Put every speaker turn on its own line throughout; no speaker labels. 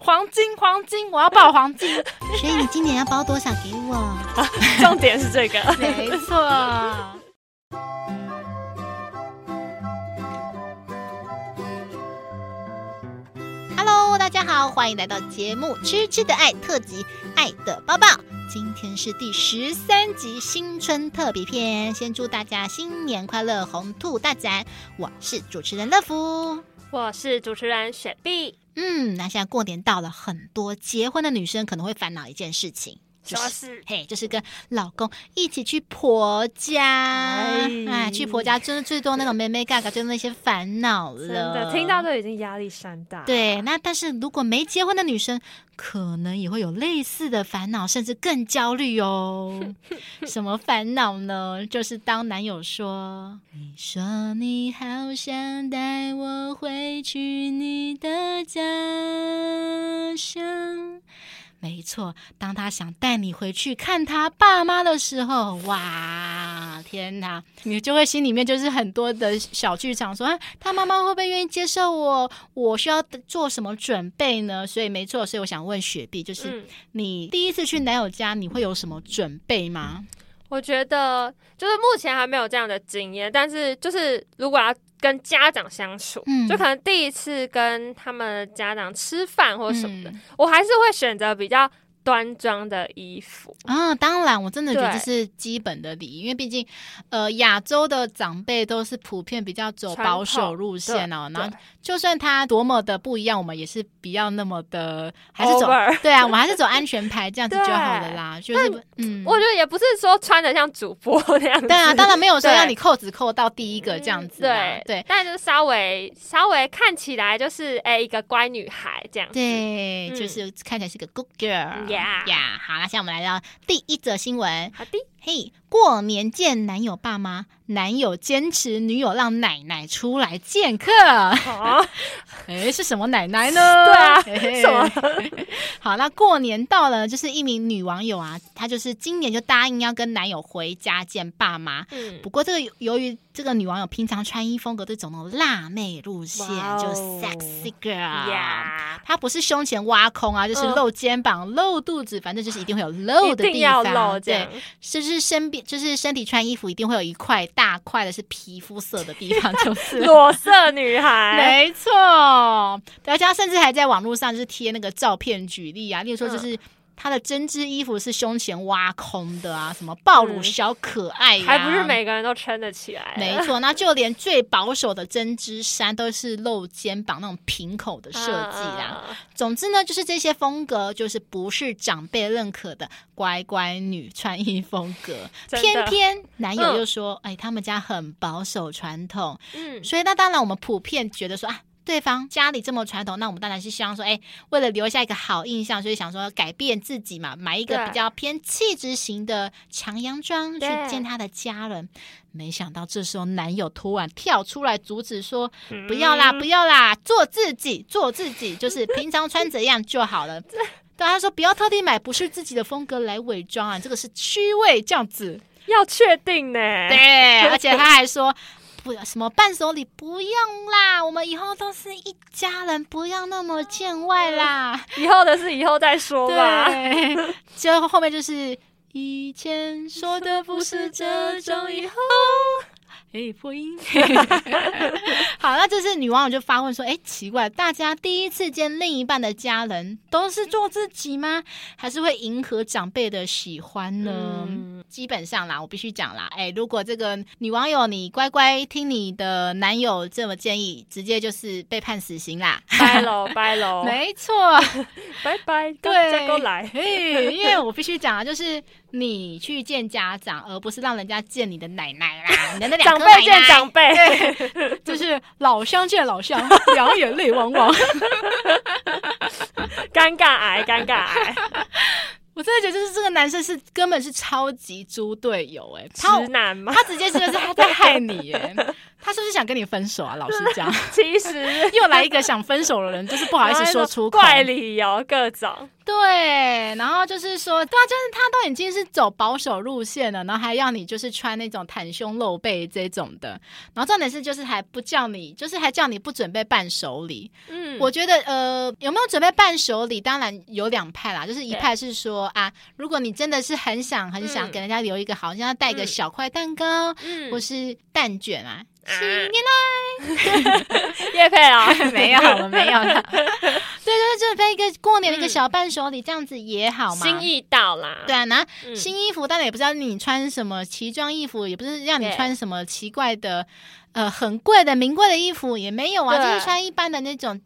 黄金黄金，我要抱黄金。
所以你今年要包多少给我？
重点是这个。
没错。
Hello，大家好，欢迎来到节目《吃吃的爱》特辑《爱的抱抱》，今天是第十三集新春特别篇，先祝大家新年快乐，红兔大展！我是主持人乐福。
我是主持人雪碧，
嗯，那现在过年到了，很多结婚的女生可能会烦恼一件事情，就
什么
是
事？
嘿，就是跟老公一起去婆家，
哎
哎，去婆家就是最多那种妹妹嘎嘎，就是那些烦恼了。
真的听到都已经压力山大。
对，那但是如果没结婚的女生，可能也会有类似的烦恼，甚至更焦 虑哦。什么烦恼呢？就是当男友说：“你说你好想带我回去你的家乡。”没错，当他想带你回去看他爸妈的时候，哇，天哪！你就会心里面就是很多的小剧场说，啊他妈妈会不会愿意接受我？我需要做什么准备呢？所以没错，所以我想问雪碧，就是、
嗯，
你第一次去男友家，你会有什么准备吗？
我觉得就是目前还没有这样的经验，但是就是如果要跟家长相处，
嗯
就可能第一次跟他们家长吃饭或什么的，
嗯
我还是会选择比较端庄的衣服。
啊，当然，我真的觉得这
对
是基本的礼仪，因为毕竟，呃，亚洲的长辈都是普遍比较走
传统
保守路线哦。然后
对，
就算他多么的不一样，我们也是不要那么的，还是走
Over
对啊，我们还是走安全牌，这样子就好了啦。就是嗯，
我觉得也不是说穿的像主播那样子，
对啊，当然没有说
对嗯
让你扣子扣到第一个这样子啦、
对
对
但就是稍微稍微看起来就是哎、一个乖女孩这样子。
对，
嗯
就是看起来是个 good girl。
Yeah
呀，好啦，现在我们来到第一则新闻。
好的，
嘿，过年见男友爸妈，男友坚持女友让奶奶出来 见客。
哦，
哎，是什么奶奶呢？
对啊
嘿嘿
什么？
好，那过年到了，就是一名女网友啊，她就是今年就答应要跟男友回家见爸妈。
嗯，
不过这个由于这个女网友平常穿衣风格都走那种辣妹路线，
哇
就
哦
sexy girl。
呀，
她不是胸前挖空啊，就是
嗯
露肩膀、露肚子，反正就是一定会有露
一
的地方。
定要露这
对
样，，
就是身边，就是身体穿衣服一定会有一块大块的是皮肤色的地 方，就是了。
裸色女孩，
没错，对而且他甚至还在网络上就是贴那个照片举例啊，例如说
嗯
就是。他的针织衣服是胸前挖空的啊，什么暴乳
嗯
小可爱、呀，
还不是每个人都撑得起来。
啊没错，那就连最保守的针织衫都是露肩膀那种平口的设计啦。
啊，
总之呢，就是这些风格，就是不是长辈认可的乖乖女穿衣风格。
真的
偏偏男友
嗯
又说：“哎，他们家很保守 传统，
嗯，
所以那当然我们普遍觉得说啊。”对方家里这么传统，那我们当然是希望说，哎，为了留下一个好印象，所以想说改变自己嘛，买一个
对
比较偏气质型的长洋装去
对
见他的家人。没想到这时候男友突然跳出来阻止说：“
嗯
不要啦，不要啦，做自己，做自己，就是平常穿怎样就好 了。”对，他说不要特地买不是自己的风格来伪装啊，这个是虚伪，这样子。
要确定呢。哎
对，而且他还说。不，什么伴手礼不用啦，我们以后都是一家人，不要那么见外啦。
以后的事以后再说嗯吧。
对，最后后面就是以前说的不是这种，以后。哎，破音。 好，那这是女网友就发问说：“哎，奇怪，大家第一次见另一半的家人都是做自己吗？还是会迎合长辈的喜欢呢？”
嗯
基本上啦，我必须讲啦，哎，如果这个女网友你乖乖听你的男友这么建议，直接就是被判死刑啦。
拜喽，拜喽，
没 错，
拜拜，跟
对
再过来。
嘿，因为我必须讲啊，就是你去见家长，而不是让人家见你的奶奶啦，你的那两
长
颗
辈见
奶奶
长辈，
就是老乡见老 乡，两眼泪汪汪。
尴尬 癌，尴尬癌，
我真的觉得，就是这个男生是根本是超级猪队友哎、他
直男吗？
他直接就是他在害你哎、他是不是想跟你分手啊？老实讲，
其 实
又来一个想分手的人，啊就是不好意思说出口。
怪理由各种，
对，然后就是说，对啊，就是他都已经是走保守路线了，然后还要你就是穿那种袒胸露背这种的，然后重点是就是还不叫你，就是还叫你不准备伴手礼。
嗯，
我觉得呃，有没有准备伴手礼，当然有两派啦，就是一
对
派是说啊，如果你真的是很想很想
嗯
给人家留一个好，像要带一个
嗯
小块蛋糕、
嗯
或是蛋卷啊。
啊
新年
叶佩啊，
没有了，没有了。对，就是准备一个过年的一个小伴手礼，这样子也好嘛。
嗯心意到啦，
对啊，然后
嗯
新衣服，当然也不是要你穿什么奇装异服，也不是让你
对
穿什么奇怪的，呃，很贵的、名贵的衣服也没有啊，
对
就是穿一般的那种，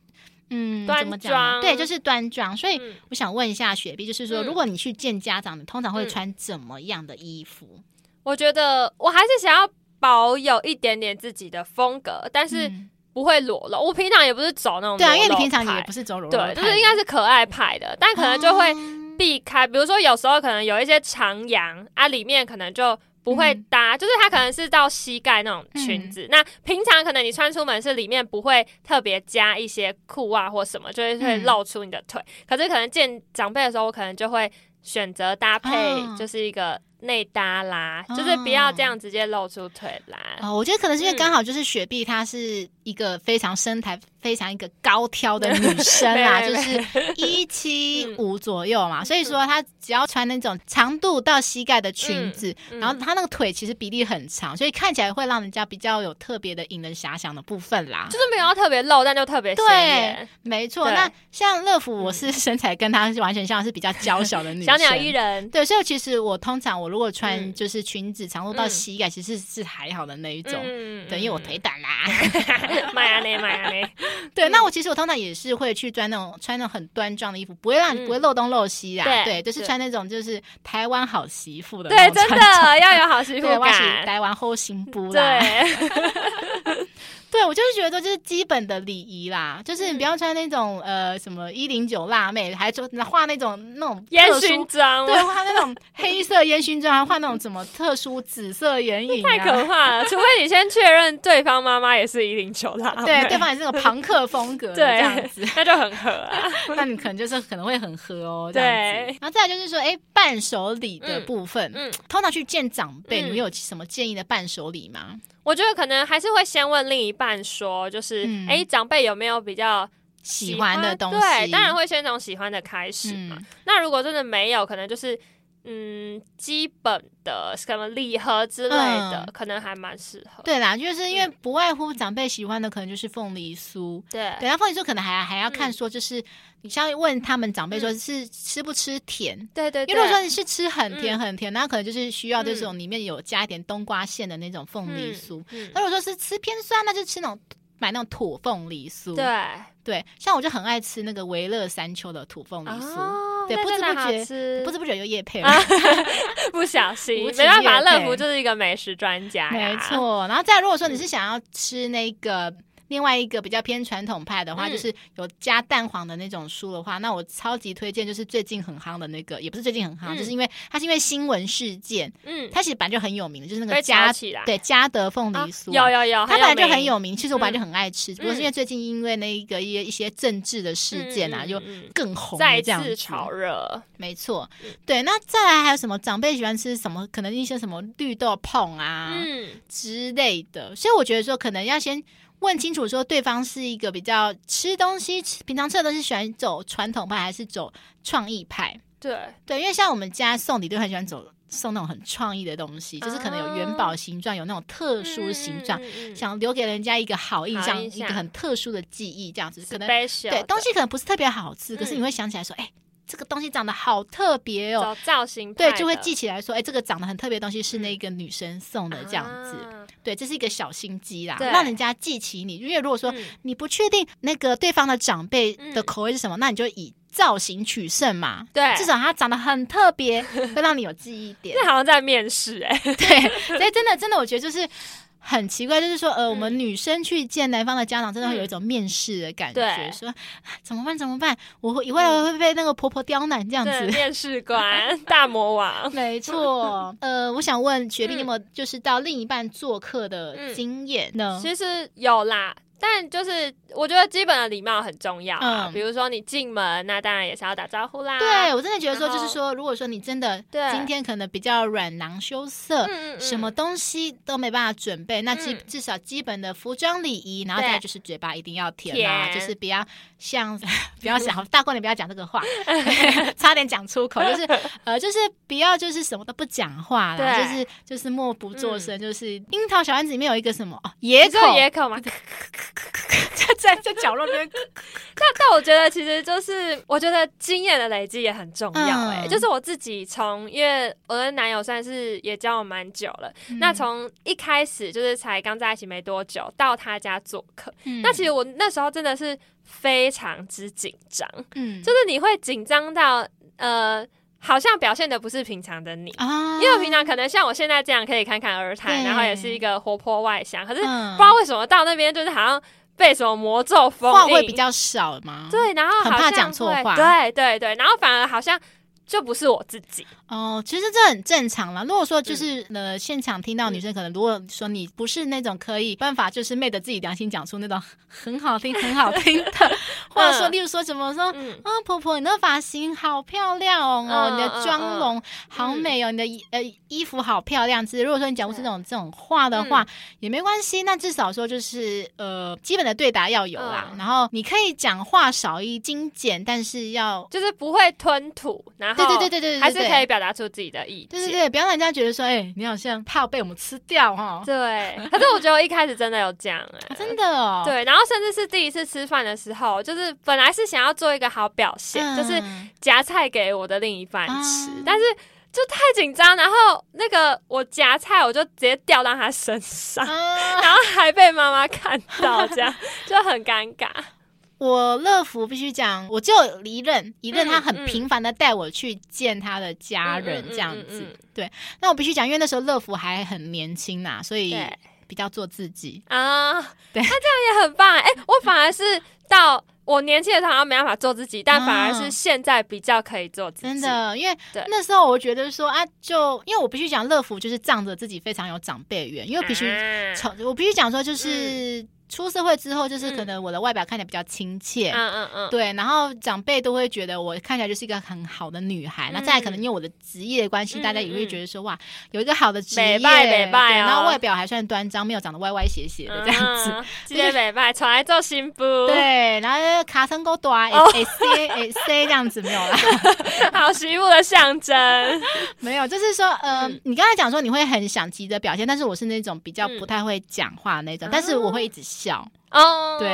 嗯，
端
怎么讲啊？
庄
对，就是端庄。所以
嗯
我想问一下雪碧，就是说，
嗯
如果你去见家长，你通常会
嗯
穿怎么样的衣服？
我觉得我还是想要保有一点点自己的风格，但是
嗯
不会裸露。我平常也不是走那种
对啊，因为你
裸露
平常
派
也不是走裸露
对，
派
就
的，
是应该是可爱派的，但可能就会
哦
避开。比如说有时候可能有一些长洋啊，里面可能就。不会
嗯
搭，就是它可能是到膝盖那种裙子。那平常可能你穿出门是里面不会特别加一些裤袜或什么，就是会
嗯
露出你的腿。可是可能见长辈的时候，我可能就会选择搭配
哦，
就是一个内搭啦，
哦
就是不要这样直接露出腿来。
哦，我觉得可能是因为
嗯
刚好就是雪碧，她是一个非常身材非常一个高挑的女生 啊，
没
就
没
是 一七
嗯
五左右嘛，所以说她只要穿那种长度到膝盖的裙子，
嗯
然后她那个腿其实比例很长，所以看起来会让人家比较有特别的引人遐想的部分啦
就。是没有要特别露，但就特别显眼。
没错，
对嗯
那像乐福，我是 身材跟她完全像是比较娇小的女
小
生。
鸟依人，
对，所以其实我通常我如果穿
嗯
就是裙子长度到
嗯
膝盖，其实是还好的那一种。
嗯啊
对，因为我腿 短啦。
迈阿内迈阿内，
对，
嗯
那我其实我通常也是会去穿那种穿那种很端庄的衣服，不会让你
嗯
不会漏东漏西啦。
对
对，就是
对
穿那种就是台湾好媳妇的那
对，
种
真
穿着。
的要有好媳妇
对，我是
感。
台湾后行不啦。
对，
对，我就是觉得这是基本的礼仪啦，就是
嗯
你不要穿那种呃什么一零九辣妹，还就画那种那种
烟
特殊
熏妆
对，画那种黑色烟熏妆，还画那种什么特殊紫色眼影、啊，
太可怕了，除非你先确认对方妈妈也是一零九啦，
对，对方也是 那种朋克风格的
对
这样子。
那就很合啊。
那你可能就是可能会很喝哦，
对
这样子。然后再来就是说，哎，伴手礼的部分，
嗯嗯
通常去见长辈，
嗯
你们有什么建议的伴手礼吗？
我觉得可能还是会先问另一半说，就是
嗯
哎，诶长辈有没有比较
喜欢的东西，
对，当然会先从喜欢的开始嘛。
嗯，
那如果真的没有，可能就是嗯，基本的什么礼盒之类的，可能还蛮适合。
嗯对啦，就是因为
嗯
不外乎长辈喜欢的可能就是凤梨酥。
对
对，那凤梨酥可能还还要看
嗯
说，就是你先问他们长辈说
嗯
是吃不吃甜，
对对对，
因为如果说你是吃很甜
嗯
很甜，那可能就是需要这种里面有加一点冬瓜馅的那种凤梨酥。
嗯
那如果说是吃偏酸，那就吃那种买那种土凤梨酥。
对
对，像我就很爱吃那个维乐山丘的土凤梨酥，
哦
对
那
不知
真的
不
好
觉
吃
不知不觉就夜配了。
啊 不小心，
无
没
情
办法，
业配
乐福就是一个美食专家哎呀嗯
没，错，然后再如果说你是想要吃那个。另外一个比较偏传统派的话，
嗯
就是有加蛋黄的那种书的话，那我超级推荐，就是最近很夯的那个，也不是最近很夯，
嗯
就是因为它是因为新闻事件，
嗯，
它其实本来就很有名的，就是那
被
个
炒
加
起来，
对加德凤梨
啊，
酥、
有有有，
它本来就很
名
有名。其实我本来就很爱吃，不过是因为
嗯
最近因为那一个一一些政治的事件啊，
嗯嗯
就
嗯嗯
更红了
再
这样
次
子。啊
炒热，
没错，对。那再来还有什么长辈喜欢吃什么？可能一些什么绿豆碰啊、
嗯，
之类的。所以我觉得说，可能要先问清楚，说对方是一个比较吃东西、吃平常吃的东西喜欢走传统派，还是走创意派？
对，
对，因为像我们家送礼都很喜欢走送那种很创意的东西，就是可能有元宝形状，有那种特殊形状，
哦嗯，嗯嗯嗯
想留给人家一个好印象，
好印象
一个很特殊的记忆，这样子可能
special
对
的
东西可能不是特别好吃，可是
嗯
你会想起来说，哎、这个东西长得好特别哦。
走造型
对
派，
就会
的嗯
记起来说，哎、这个长得很特别的东西是那个女生送的，这样子。
啊
对，这是一个小心机啦，
对
让人家记起你。因为如果说
嗯
你不确定那个对方的长辈的
嗯
口味是什么，那你就以造型取胜嘛。
对
至少它长得很特 别，会让你有记忆点
这。好像在面试哎，
对，所以真的真的，我觉得就是很奇怪，就是说，呃，我们
嗯
女生去见男方的家长，真的会有一种面试的感觉，
对嗯
说啊怎么办？怎么办？我会以未来会被那个婆婆刁难这样
哎对，
子。
面试官大魔王，
没错，呃，我想问雪莉，你有没有就是到另一半做客的
嗯
经验呢？
其实有啦。但就是我觉得基本的礼貌很重要啊，
嗯
比如说你进门，那当然也是要打招呼啦。
对，我真的觉得说，
然
就
后
是说，如果说你真的
对
今天可能比较软囊羞涩，
嗯，嗯
什么？东西都没办法准备，那至
嗯
至少基本的服装礼仪，然后
对
再来就是嘴巴一定要甜啊，
甜
就是不要像不要想大过年不要讲这 个话，差点讲出口，就是呃就是不要就是什么都不讲话啦，
对嗯
就是就是默不作声，就是《樱桃小丸子》里面有一个什么哦野
你
口
说，野口 吗？
就在在角落边，
但我觉得其实就是，我觉得经验的累积也很重要、欸。
嗯
就是我自己从，因为我的男友算是也交往蛮久了，
嗯
那从一开始就是才刚在一起没多久，到他家做客，
嗯
那其实我那时候真的是非常之紧张，
嗯
就是你会紧张到呃，好像表现的不是平常的你。
啊，
因为我平常可能像我现在这样可以侃侃而谈，
对
然后也是一个活泼外向，可是不
嗯
知道为什么到那边就是好像被什么魔咒封印，
话会比较少嘛，
对，然后
很
好
怕
像
讲错
会
话
对对对，然后反而好像就不是我自己，
哦，其实这很正常啦。如果说
嗯
就是、呃，现场听到女生，可能如果说你不是那种可以办法，就是昧着自己良心讲出那种很好听、很好听 的，或者说，
嗯
例如说怎么说，啊、
嗯，
婆婆，你的发型好漂亮哦，
嗯
你的妆容好美哦，你的衣呃衣服好漂亮。之类如果说你讲不出这种这种话的话，
嗯
也没关系，那至少说就是呃，基本的对答要有啦。
嗯
然后你可以讲话少一精简，但是要。
就是不会吞吐，然后
对对对对对对，
还是
对
可以表达出自己的意见。
对对对，不要让人家觉得说，哎、你好像怕被我们吃掉哈、
对可是我觉得我一开始真的有讲、哎、
啊真的哦，
对，然后甚至是第一次吃饭的时候，就是本来是想要做一个好表现，
嗯，
就是夹菜给我的另一半吃，
啊
但是就太紧张，然后那个我夹菜我就直接掉到他身上，
啊，
然后还被妈妈看到，这 样就很尴尬。
我乐福必须讲，我就一任一任，
嗯
他很
嗯
频繁的带我去见他的家人
嗯嗯
这样
嗯
子。
嗯
那我必须讲，因为那时候乐福还很年轻呐、所以
对
比较做自己。
啊，那这
对
样也很棒哎、欸我反而是到我年轻的时候好像没办法做自己，但反而是现在比较可以做自己，
真的，因为
对
那时候我觉得说啊，就因为我必须讲，乐福就是仗着自己非常有长辈缘，因为必须
啊
从我必须讲说，
嗯
就是出社会之后，就是可能我的外表看起来比较亲切，
嗯嗯嗯，
对，然后长辈都会觉得我看起来就是一个很好的女孩。那再来可能因为我的职业的关系，
嗯
大家也会觉得说哇，有一个好的职
美
业，
拜美拜
对
哦
然后外表还算端庄，没有长得歪歪斜斜的这样子。
嗯，今天美拜，传来做新妇，
对，然后卡森勾短
哦
，A C A C 这样子没有啦，
好媳妇的象征，
没有，就是说，呃，你刚才讲说你会很想急着表现，但是我是那种比较
嗯
不太会讲话的那种，
哦
但是我会一直笑，
哦，
对，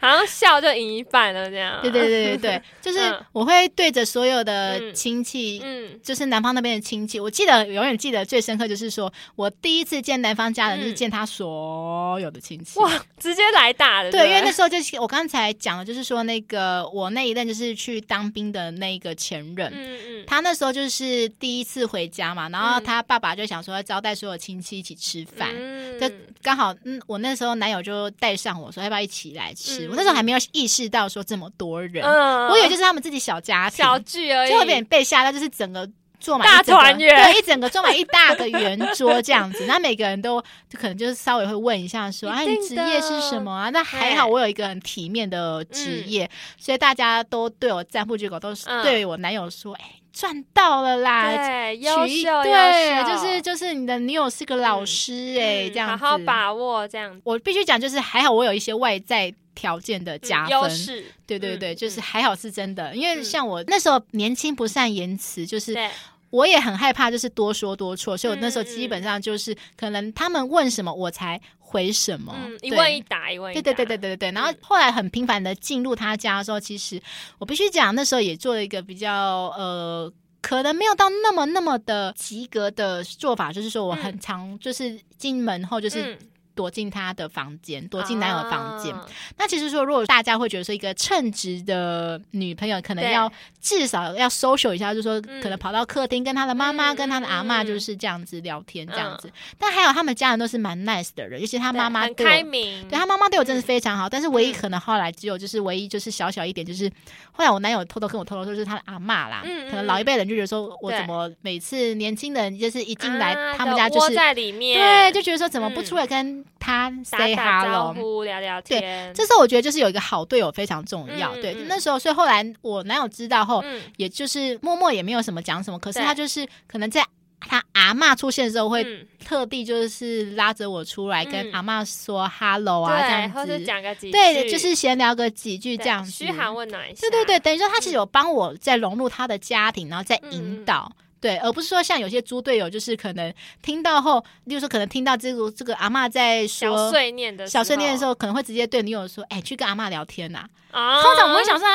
好像笑就赢一半了这样，
对对对对对，就是
哦嗯
我会对着所有的
嗯
亲戚，
嗯，
就是南方那边的亲戚，我记得永远记得最深刻就是说我第一次见南方家
嗯
人，就是见他所有的亲戚。
哇，直接来大的，
对，因为那
不
时候就是我刚才讲的，就是说那个我那一任就是去当兵的那一个前任。
嗯嗯
他那时候就是第一次回家嘛，然后
嗯
他爸爸就想说要招待所有亲戚一起吃饭，
嗯，
就刚好，嗯，我那时候男友就带上我说要不要一起来吃，
嗯
我那时候还没有意识到说这么多人，
嗯
我以为就是他们自己小家庭，
小剧而已，
就有点被吓到，就是整个坐满
哎大
一整个
团圆
对，一整个坐满一大个圆桌这样 子。那每个人都就可能就是稍微会问一下说，啊，
一
你
定
职业是
的
什么啊？那还好
对
我有一个很体面的职业，所以大家都对我赞不绝口，都是
嗯
对我男友说，哎、赚到了啦。
对，
娶
优
一
秀，
对，
优秀
就是就是你的女友是个老
嗯
师哎、
嗯
这样子
好好把握这样子
我必须讲，就是还好我有一些外在条件的
嗯
加分，
优势，
对对
嗯
对，就是
嗯
还好是真的，因为
嗯
像我那时候年轻不善言辞，就是
对，
我也很害怕，就是多说多错，所以我那时候
嗯嗯
基本上就是可能他们问什么我才回什么，
嗯，
哦对
一问一答，一问一
对
答，嗯
对对对对对对，然后后来很频繁的进入他家的时候，其实我必须讲，那时候也做了一个比较呃，可能没有到那么那么的及格的做法，就是说我很常就是进门后就是
嗯，
躲进他的房间，躲进男友的房间。
啊
那其实说，如果大家会觉得说一个称职的女朋友，可能
对
要至少要 social 一下，就说
嗯
可能跑到客厅跟她的妈妈、
嗯
跟她的阿
嗯
妈
嗯
就是这样子聊天这样子。但还有他们家人都是蛮 nice 的人，尤其他妈妈
很
对我
开明，
对他妈妈对我真的是非常好，但是唯一
嗯
可能后来只有就是唯一就是小小一点，就是后来我男友偷偷跟我透露说，就是他的阿嬷啦，
嗯嗯
可能老一辈人就觉得说我
对
怎么每次年轻人就是一进来、
啊
他们
都
家就
窝
是
在里面，
对，就觉得说怎么不
嗯
出来跟他
打
say
打招
hello。
呼、聊聊
对
天，
这时候我觉得就是有一个好队友非常重要，
嗯嗯嗯
对，
嗯
那时候所以后来我男友知道后，
嗯
也就是默默也没有什么讲什么，可是
对
他就是可能在他阿嬷出现的时候，会
嗯
特地就是拉着我出来跟
嗯
阿嬷说 hello 啊，这
对，
样
或
子
者，讲个几句，
对，就是闲聊个几句这
对
样子。
嘘寒问暖一下，
对对对，等于说他其实有帮我在融入他的家庭，然后再
嗯
引
嗯
导。对，而不是说像有些猪队友，就是可能听到后，例如说可能听到这个这个阿嬷在
小
说
碎念的
小碎念的时
候，
候，可能会直接对女友说：“哎、去跟阿嬷聊天呐、
啊
通常我会想说啊，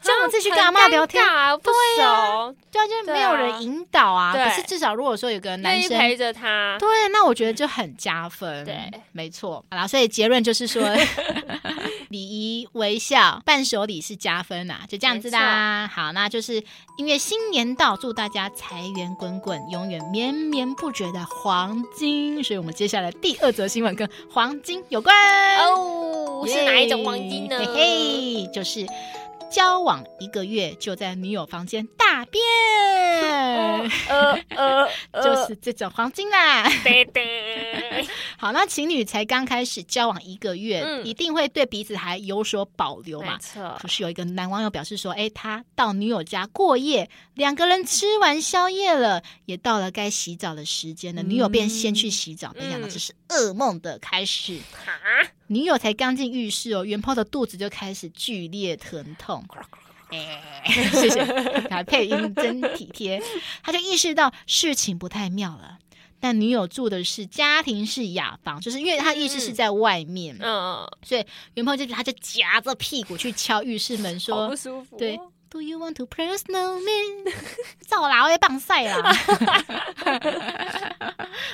这样子去跟阿嬷聊天，
很尴尬啊不熟，
对啊，就是没有
对啊
人引导啊。
对
可是至少如果说有个男
愿意
生
陪着他，
对，那我觉得就很加分。
对，
没错。好啦，所以结论就 是说，礼仪微笑伴手礼是加分呐、就这样子啦。好，那就是因为新年到，祝大家财源滚滚，永远绵绵不绝的黄金。所以我们接下来第二则新闻跟黄金有关。
哦，是哪一种黄金呢？
耶啊嘿嘿，就是交往一个月就在女友房间大便，
哦呃呃，呃
就是这种黄金啦。
对对，
好，那情侣才刚开始交往一个月，
嗯
一定会对彼此还有所保留
没
嘛。
错
可，是有一个男网友表示说，哎，他到女友家过夜，两个人吃完宵夜了，也到了该洗澡的时间了，女友便先去洗澡，没想到
嗯
这是噩梦的开始。
哈，
女友才刚进浴室哦，元抛的肚子就开始剧烈疼痛。哎，谢谢，还配音真体贴。他就意识到事情不太妙了。但女友住的是家庭式雅房，就是因为他浴室是在外面，
嗯，
所以元抛就他就夹着屁股去敲浴室门
好
说
不舒服，
对：“Do you want to play snowman？” 照啦，我也棒晒啦。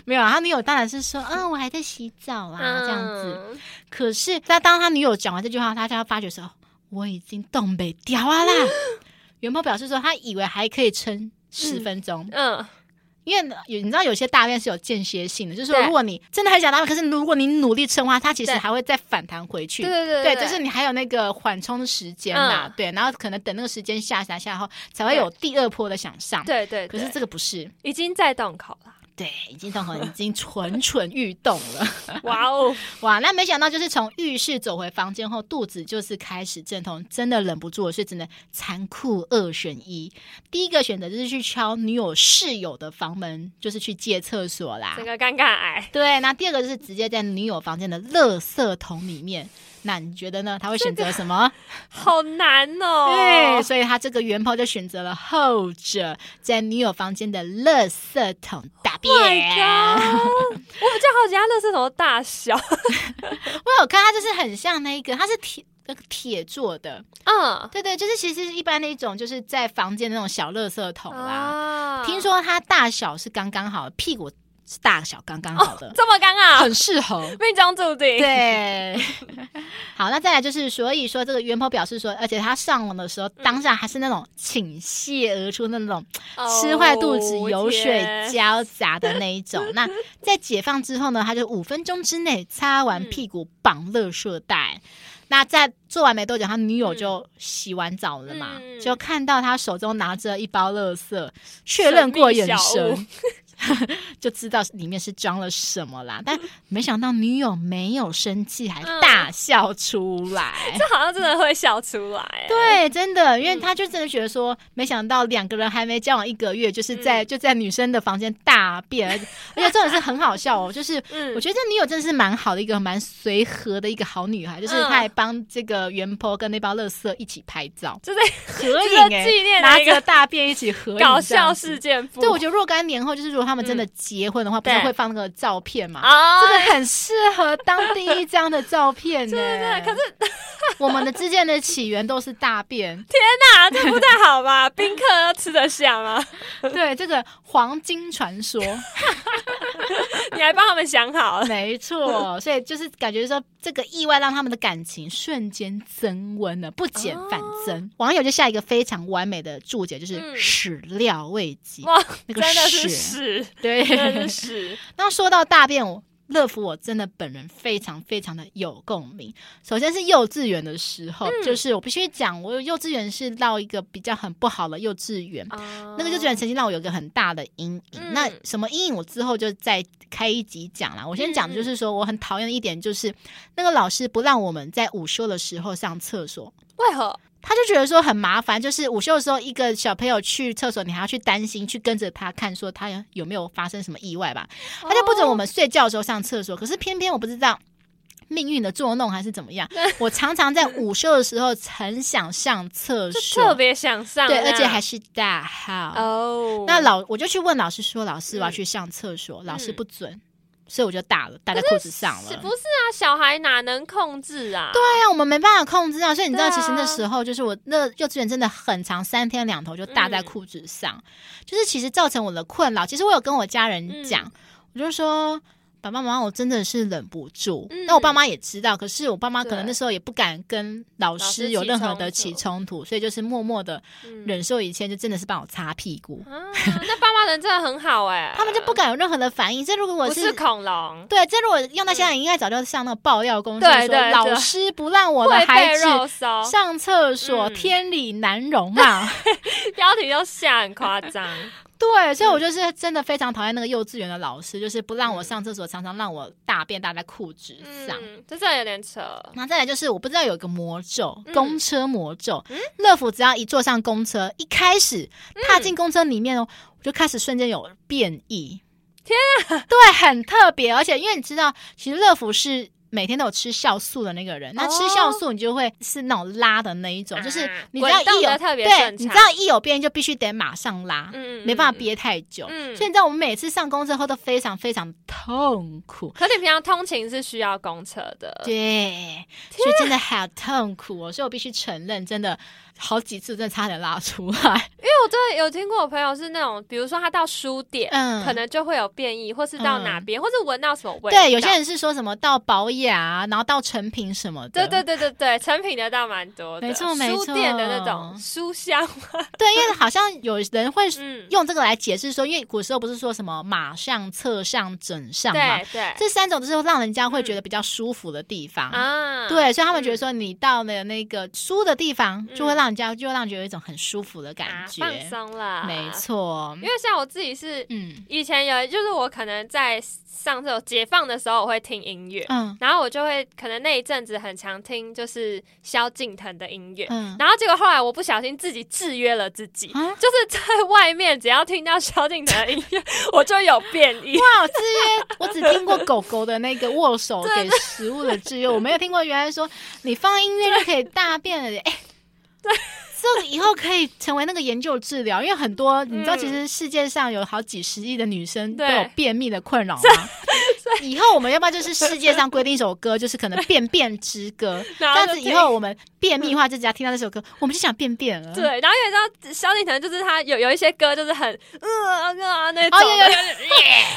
没有啊，他女友当然是说：“啊，我还在洗澡啦，啊这样子。”
嗯，
可是他当他女友讲完这句话，他就要发觉说，哦我已经冻北掉啊啦。 元宝表示说，他以为还可以撑十分钟，
嗯，
因为有你知道有些大便是有间歇性的，就是说
对
如果你真的很想大便，可是如果你努力撑的话，它其实
对
还会再反弹回去。
对对对对，
就是你还有那个缓冲的时间啦，
嗯
对，然后可能等那个时间下下下后，才会有第二波的想上。
对对，
可是
对
这个不是，
已经在洞口了，
对，已经动很，已经蠢蠢欲动了。
哇 哦，
哇，那没想到就是从浴室走回房间后，肚子就是开始阵痛，真的忍不住了，所以只能残酷二选一。第一个选择就是去敲女友室友的房门，就是去借厕所啦
整。个尴尬癌，
对，那第二个就是直接在女友房间的垃圾桶里面。那你觉得呢？他会选择什么？
好难哦，
对，所以他这个原炮就选择了后者，在女友房间的垃圾桶大便。
，Oh My God！我比较好奇它乐色桶的大小。
我有看，它就是很像那一个，它是铁那个铁做的，
嗯，
对对，就是其实是一般的一种，就是在房间的那种小垃圾桶啦。
啊
听说它大小是刚刚好，屁股是大小刚刚好的，
这么尴尬，。
很适合
命中注定。，
对， 好，那再来就是，所以说这个元鹏表示说，而且他上网的时候，当下还是那种倾泻而出那种吃坏肚子、
哦
油水
天
交杂的那一种。那在解放之后呢，他就五分钟之内擦
嗯
完屁股，绑乐色带。那在做完没多久，他女友就洗完澡了嘛，
嗯
就看到他手中拿着一包乐色，确认过眼
神秘
神， 就知道里面是装了什么啦。但没想到女友没有生气，还
嗯
大笑出来。
这好像真的会笑出来。啊
对，真的，
嗯
因为他就真的觉得说，没想到两个人还没交往一个月，就是
嗯
在、就在女生的房间大 便，而且而且真的是很好笑哦。就是
嗯
我觉得这女友真的是蛮好的一个蛮随和的一个好女孩，就是
嗯
她还帮这个袁坡跟那包乐色一起拍照，
就在
合
是
影哎、
纪念
拿
的一
着
个
大便一起合影，
搞笑。事件簿。
对，我觉得若干年后，就是如果他们真的结婚的话，不是
对
会放那个照片嘛？
啊，
这个很适合当第一张的 照片欸呢、
对对，可是
我们的之间的起源都是大便，
啊那这不太好吧？宾客吃得下吗？
对，这个黄金传说，
你还帮他们想好了。
没错，所以就是感觉说这个意外让他们的感情瞬间增温了，不减反增。网友就下一个非常完美的注解，就是
哦嗯
始料未及，
哇，
那
真
个
的是
屎
屎，
对，
真的是屎。
那说到大便，我乐福我真的本人非常非常的有共鸣。首先是幼稚园的时候，
嗯
就是我必须讲，我幼稚园是到一个比较很不好的幼稚园。
那
那个幼稚园曾经让我有一个很大的阴影，
嗯
那什么阴影我之后就再开一集讲啦。我先讲的
嗯
就是说，我很讨厌的一点就是那个老师不让我们在午休的时候上厕所，
为何？
他就觉得说很麻烦，就是午休的时候，一个小朋友去厕所，你还要去担心，去跟着他看，说他有没有发生什么意外吧？他
哦
就不准我们睡觉的时候上厕所。可是偏偏我不知道命运的捉弄还是怎 么样，我常常在午休的时候很想上厕
就特
所，
别想上啊，
对，而且还是大号。
哦，
那老我就去问老师说：“老
嗯
师，我要去上厕所。”老师不准，所以我就打了，打在裤子上了。
是不是啊？小孩哪能控制啊？对，
对啊，我们没办法控制啊，所以你知道，
对
其
啊
实那时候就是我那幼稚园真的很长，三天两头就搭在
嗯
裤子上，就是其实造成我的困扰。其实我有跟我家
嗯
人讲，我就说。爸爸妈妈，我真的是忍不住。
嗯
那我爸妈也知道，可是我爸妈可能
对
那时候也不敢跟老师
师
有
起
任何
冲
的
突
起冲突，所以就是默默的
嗯
忍受一切，就真的是帮我擦屁股。
啊，那爸妈人真的很好哎，
他们就不敢有任何的反应。这如果我
不是恐龙，
对，这如果用到现在，应该早就上那个爆料公司
嗯对
说，
对
老
对
师不让我的
会
孩
被
子
肉搜，
上厕所、
嗯
天理难容嘛。
标题都下很夸 张，
对，所以我
嗯
就是真的非常讨厌那个幼稚园的老师，就是不让我上厕所，常常让我大便大在裤子上。
嗯，这真的有点扯，
然后再来就是，我不知道有一个魔咒，
嗯
公车魔咒。
嗯
乐福只要一坐上公车，一开始踏进公车里面哦，
嗯
我就开始瞬间有变异。天啊，对，很特别，而且因为你知道，其实乐福是。每天都有吃酵素的那个人，那吃
哦
酵素你就会是那种拉的那一种，就是
啊
你只要
滚动
一有
的特别
对，
顺
你知
畅，
道一有变异就必须得马上拉，
嗯
没办法，憋太久。
嗯
所以你知道我们每次上公车后都非常非常痛苦，
嗯可是你平常通勤是需要公车的，啊
对，所以真的好痛苦哦。所以我必须承认，真的好几次真的差点拉出 来。
因为我真的有听过我朋友是那种，比如说他到书店，
嗯
可能就会有变异，或是到哪边，或是闻到什么味道。
对，有些人是说什么到保雅，然后到成品什么的，
对对对对对，成品的倒蛮多的，
没错没错
书店的那种书香，
对，因为好像有人会
嗯，
用这个来解释说，因为古时候不是说什么马上、侧上、枕上嘛，
对嗯对
这三种都是让人家会觉得比较舒服的地方。
啊，
对，所以他们觉得说，你到了那个书的地方，就会
嗯
让人家就会让人觉得有一种很舒服的感
啊
觉，
放松了，
没。错
因，为像我自己是
嗯
以前有，就是我可能在上这种解放的时候，我会听音乐，
嗯
然后我就会可能那一阵子很常听就是萧敬腾的音乐，
嗯
然后结果后来我不小心自己制约了自己，
啊，
就是在外面，只要听到萧敬腾的音乐， 我就有变异。
哇，制约我只听过狗狗的那个握手给食物的制约，我没有听过原来说你放音乐就可以大便了 耶，哎。这个以后可以成为那个研究治疗，因为很多你知道，
嗯
其实世界上有好几十亿的女生都
对
有便秘的困 扰吗？以后我们要不要就是世界上规定一首歌，就是可能《便便之歌》，这
然后
样
就
子以
听
后我们便秘的话，就只要听到这首歌，我们就想便便了。
对，然后也知道萧敬腾就是他有有一些歌就是很呃呃啊那种
哦有有
的，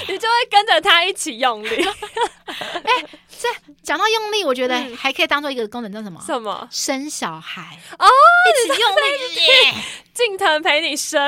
你就会跟着他一起用 力。
讲到用力，我觉得
嗯
还可以当做一个功能，叫什么？
什么？
生小孩
哦，
一起用力耶！
敬腾陪你生？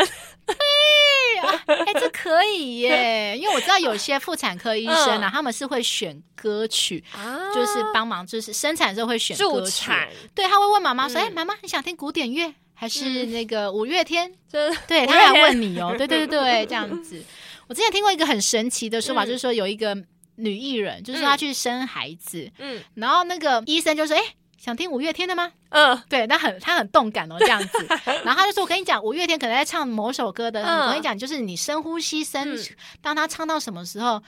哎，这可以 耶，因为我知道有些妇产科医生
嗯
啊，他们是会选歌曲，
啊
就是帮忙，就是生产的时候会选
助
歌曲。
产，
对，他会问妈妈说：“
嗯
哎，妈妈，你想听古典乐还是那个五月天？”
就是
对，
五
他
月
还
天
问你哦，对对对对，这样 子。我之前听过一个很神奇的说法，
嗯
就是说有一个女艺人，就是说她去生孩子，
嗯
然后那个医生就说：“哎，想听五月天的吗？”
嗯
对，那很她很动感哦，这样子。然后他就说：“我跟你讲，五月天可能在唱某首歌的，
嗯
我跟你讲，就是你深呼吸，深、
嗯
当他唱到什么时候，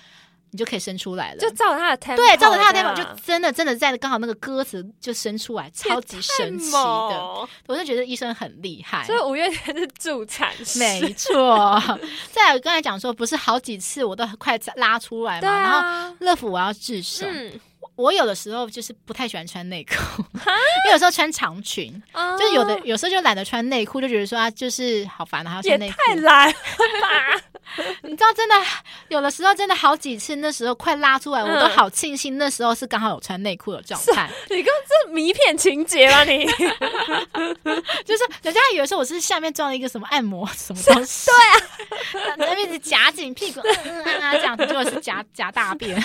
你就可以生出来了。
就”照着他的 tempo，
对，照着他的
这
tempo
样
就真的真的在刚好那个歌词就生出来，超级神奇
太
的，
猛
我就觉得医生很厉害。
所以五月天是助产师，
没错，再有刚才讲说，不是好几次我都快拉出来嘛，
对
然后
啊，
乐福我要自首，
嗯，
我有的时候就是不太喜欢穿内裤，因为有时候穿长裙，
啊
就有的有时候就懒得穿内裤，就觉得说啊，就是好烦啊，还要
也
穿内裤。
太懒了吧？
你知道，真的有的时候真的好几次，那时候快拉出来，我都
嗯
好庆幸那时候是刚好有穿内裤的状态，
你刚这迷骗情节吧你？
就是人家以为说我是下面装了一个什么按摩什么东西，对啊，那边一直夹紧屁股，嗯嗯嗯啊这样子，结果是夹夹大便，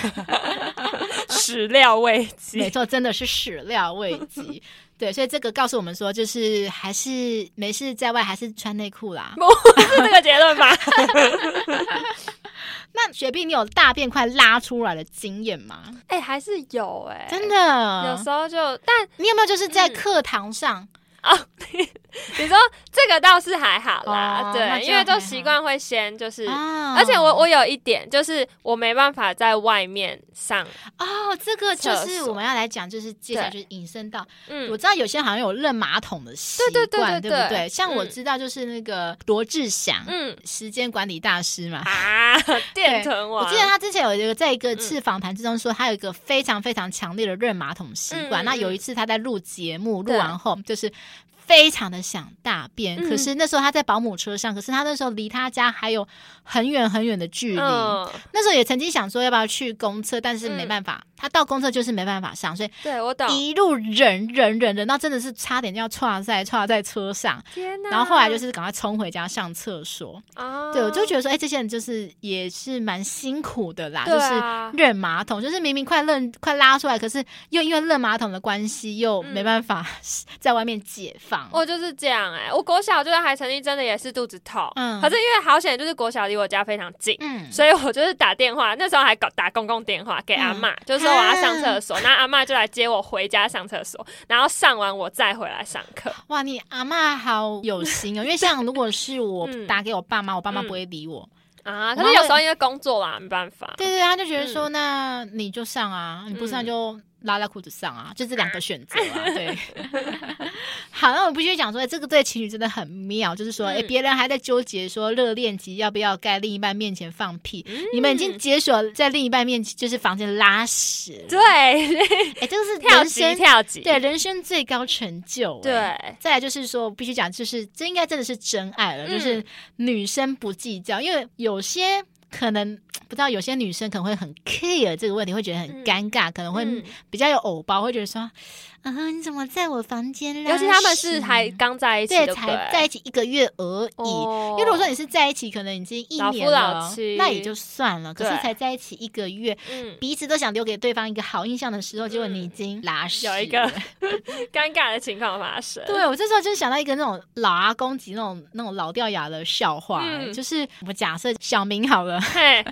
始料未
没
及，
错，真的是始料未及。对，所以这个告诉我们说，就是还是没事在外，还是穿内裤啦。
不是这个结论 吧？
那雪碧，你有大便快拉出来的经验吗？
哎、还是有哎、
真
有
的，
时候就，但
你有没有就是在
嗯
课堂上？
你说这个倒是还好啦，
哦那
对，
这
因为
还
都
好
习惯会先就是。
啊
嗯而且我我有一点就是我没办法在外面上，
哦，这个就
厕
是
所
我们要来讲，就是接下来就
对
是引申到，我
嗯，
知道有些人好像有认马桶的习惯，
对对对对
不
对
对？像我
嗯
知道就是那个罗志祥，
嗯
时间管理大师嘛。
啊，电臀
我
王，
记得他之前有一个在一
嗯
个次访谈之中说，他有一个非常非常强烈的认马桶习惯。
嗯嗯
那有一次他在录节目，录
对
完后就是非常的想大便，
嗯
可是那时候他在保姆车上，可是他那时候离他家还有很远很远的距离。
嗯，
那时候也曾经想说要不要去公厕，但是没
嗯
办法，他到公厕就是没办法上，所以
对我懂。
一路忍忍忍忍到真的是差点要岔在岔在车上，
天哪！
然后后来就是赶快冲回家上厕所。
啊，
对，我就觉得说，哎、这些人就是也是蛮辛苦的啦，
对
就是。
啊，
认马桶就是明明快认快拉出来，可是又因为认马桶的关系，又
嗯
没办法 在外面解放。
我就是这样哎、我国小就是还曾经真的也是肚子痛，
嗯
可是因为好险就是国小离我家非常近。
嗯，
所以我就是打电话，那时候还搞打公共电话给
嗯
阿嬷，就是说我要上厕
啊
所，那阿嬷就来接我回家上厕所，然后上完我再回来上课。
哇，你阿嬷好有心哦，因为像如果是我
嗯
打给我爸妈，我爸妈
嗯
不会理我，
啊，
我妈
可是有时候因为工作啦，没办法。
对对，他就觉得说，那你就上啊，你不上
嗯
就拉拉裤子上啊，就这两个选择啊。 对， 好，那我必须讲说，哎这个对情侣真的很妙，就是说，哎、
嗯
别人还在纠结说热恋期要不要在另一半面前放屁，你们已经解锁在另一半面前就是房间拉屎，
嗯对，
哎，这个是
跳
人
级
生
跳级，
对人生最高成就、哎。
对，
再来就是说，必须讲，就是这应该真的是真爱了，
嗯
就是女生不计较，因为有些可能不知道，有些女生可能会很 care 这个问题，会觉得很尴尬，可能会
嗯
比较有偶包，会觉得说，啊、你怎么在我房间拉屎？
尤其他们是还刚在一起，
对
对不
才
对
在一起一个月而已。
哦
因为如果说你是在一起，可能已经一
老夫
年了，
老妻
那也就算了。可是
对
才在一起一个月，
嗯
彼此都想留给对方一个好印象的时候，结果你已经拉屎
有一个
了
尴尬的情况发生，
对，我这时候就是想到一个那种老阿公级那种那种老掉牙的笑话、
嗯
就是我们假设小明好了，
嘿，